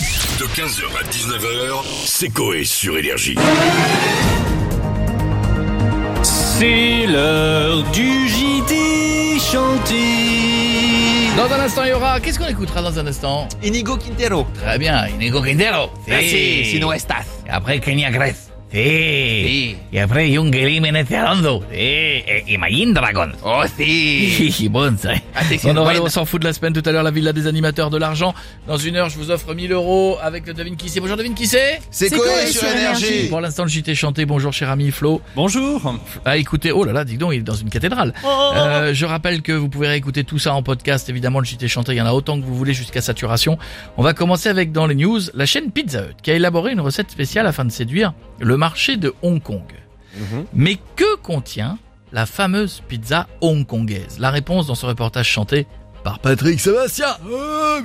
De 15h à 19h, c'est Coé sur Énergie. C'est l'heure du JT chanté. Dans un instant, il y aura. Qu'est-ce qu'on écoutera dans un instant Inigo Quintero. Très bien, Inigo Quintero. Ah, Si. Merci, si no estás. Et Après Kenya Grace. Eh. Si. Et après Jungeli Jiménez Alonso. Et, et Imagine Dragon. Oh, si. bon, ça. Ah, c'est- c'est hein. On aura une le on bonne. s'en fout de la semaine tout à l'heure, la villa des animateurs de l'argent. Dans une heure, je vous offre 1000 euros avec le devine qui c'est. Bonjour, devine qui c'est C'est Coé sur Énergie. Pour l'instant, le JT chanté. Bonjour, cher ami Flo. Bonjour. Ah, écoutez, oh là là, dis donc, il est dans une cathédrale. Oh. Euh, je rappelle que vous pouvez réécouter tout ça en podcast. Évidemment, le JT chanté, il y en a autant que vous voulez jusqu'à saturation. On va commencer avec dans les news la chaîne Pizza Hut qui a élaboré une recette spéciale afin de séduire le marché de Hong Kong. Mais que contient la fameuse pizza hongkongaise La réponse dans ce reportage chanté par Patrick Sébastien. Oh,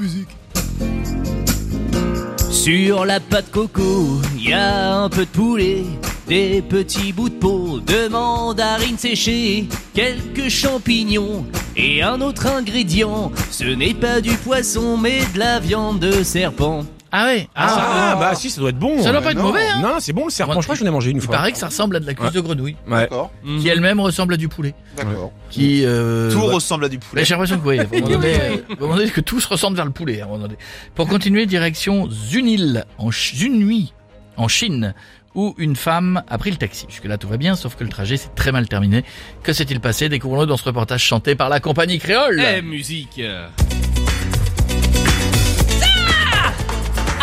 Sur la pâte coco, il y a un peu de poulet, des petits bouts de peau, de mandarines séchées, quelques champignons et un autre ingrédient. Ce n'est pas du poisson mais de la viande de serpent. Ah ouais. Ah, bah si, ça doit être bon. Ça doit Euh, pas être non. mauvais, hein. Non, c'est bon le serpent. Moi, Je crois que j'en ai mangé une Il fois. paraît que ça ressemble à de la cuisse Ouais. de grenouille, Ouais. D'accord, qui elle-même ressemble à du poulet. d'accord. Qui euh, Tout voilà. ressemble à du Là, poulet. j'ai l'impression que, oui, à un moment donné, euh, à un moment donné, que tout se ressemble vers le poulet. à un moment donné. Pour continuer, direction Zunil, en Ch- Zunui, en Chine, où une femme a pris le taxi. Jusque-là, tout va bien, sauf que le trajet s'est très mal terminé. Que s'est-il passé Découvrons-le dans ce reportage chanté par la compagnie créole. musique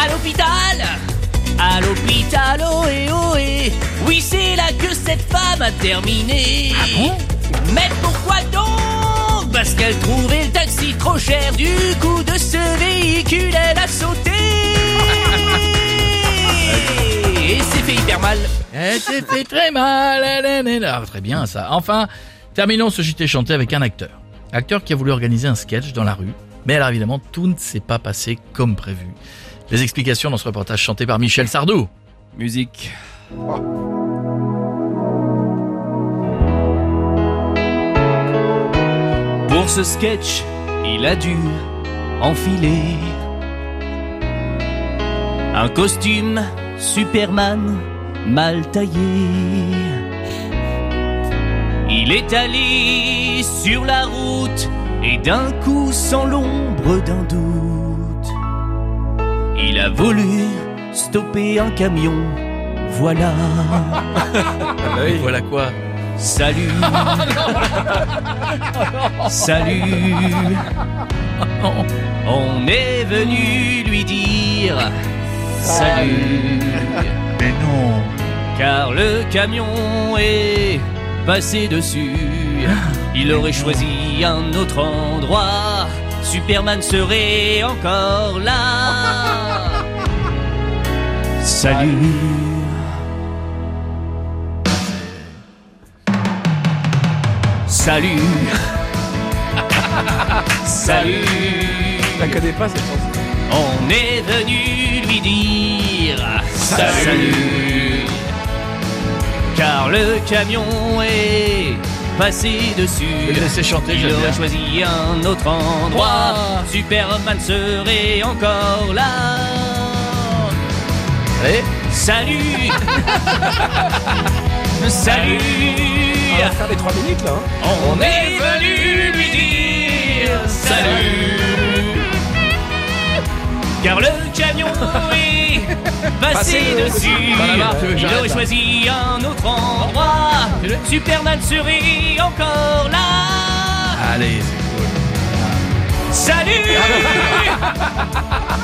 À l'hôpital À l'hôpital, oh, ohé ohé eh. Oui, c'est là que cette femme a terminé Mais pourquoi donc Parce qu'elle trouvait le taxi trop cher Du coup, de ce véhicule, elle a sauté Et s'est fait hyper mal Eh, c'était très mal. elle, elle, elle. Ah, très bien ça. Enfin, terminons ce JT chanté avec un acteur. Acteur qui a voulu organiser un sketch dans la rue. Mais alors évidemment, tout ne s'est pas passé comme prévu. Les explications dans ce reportage chanté par Michel Sardou. Musique. Oh. Pour ce sketch, il a dû enfiler un costume Superman mal taillé. Il est allé sur la route et d'un coup, sans l'ombre d'un doute, il a voulu stopper un camion. Voilà. Voilà quoi Salut. Salut. On est venu lui dire salut. Mais non Car le camion est passé dessus. Il aurait choisi un autre endroit. Superman serait encore là. Salut. Salut. Salut. Je la connais pas, cette chanson. On est venu lui dire salut. Car le camion est passé dessus. Je vais le laisser chanter, Il j'aime bien. aurait choisi un autre endroit. Superman serait encore là. Allez Salut. salut. On va faire les 3 minutes là. hein. On est venu lui dire salut Car le camion est passé dessus euh, Dans la barre, tu veux Il que j'arrête, aurait là choisi un autre endroit Superman serait encore là Allez, c'est cool. Salut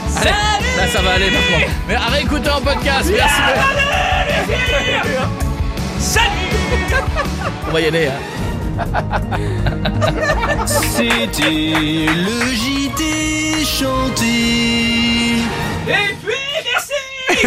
Salut Là, ça va aller par contre. Mais à réécouter en podcast, merci. On va y aller. Hein. C'était le JT chanté Et puis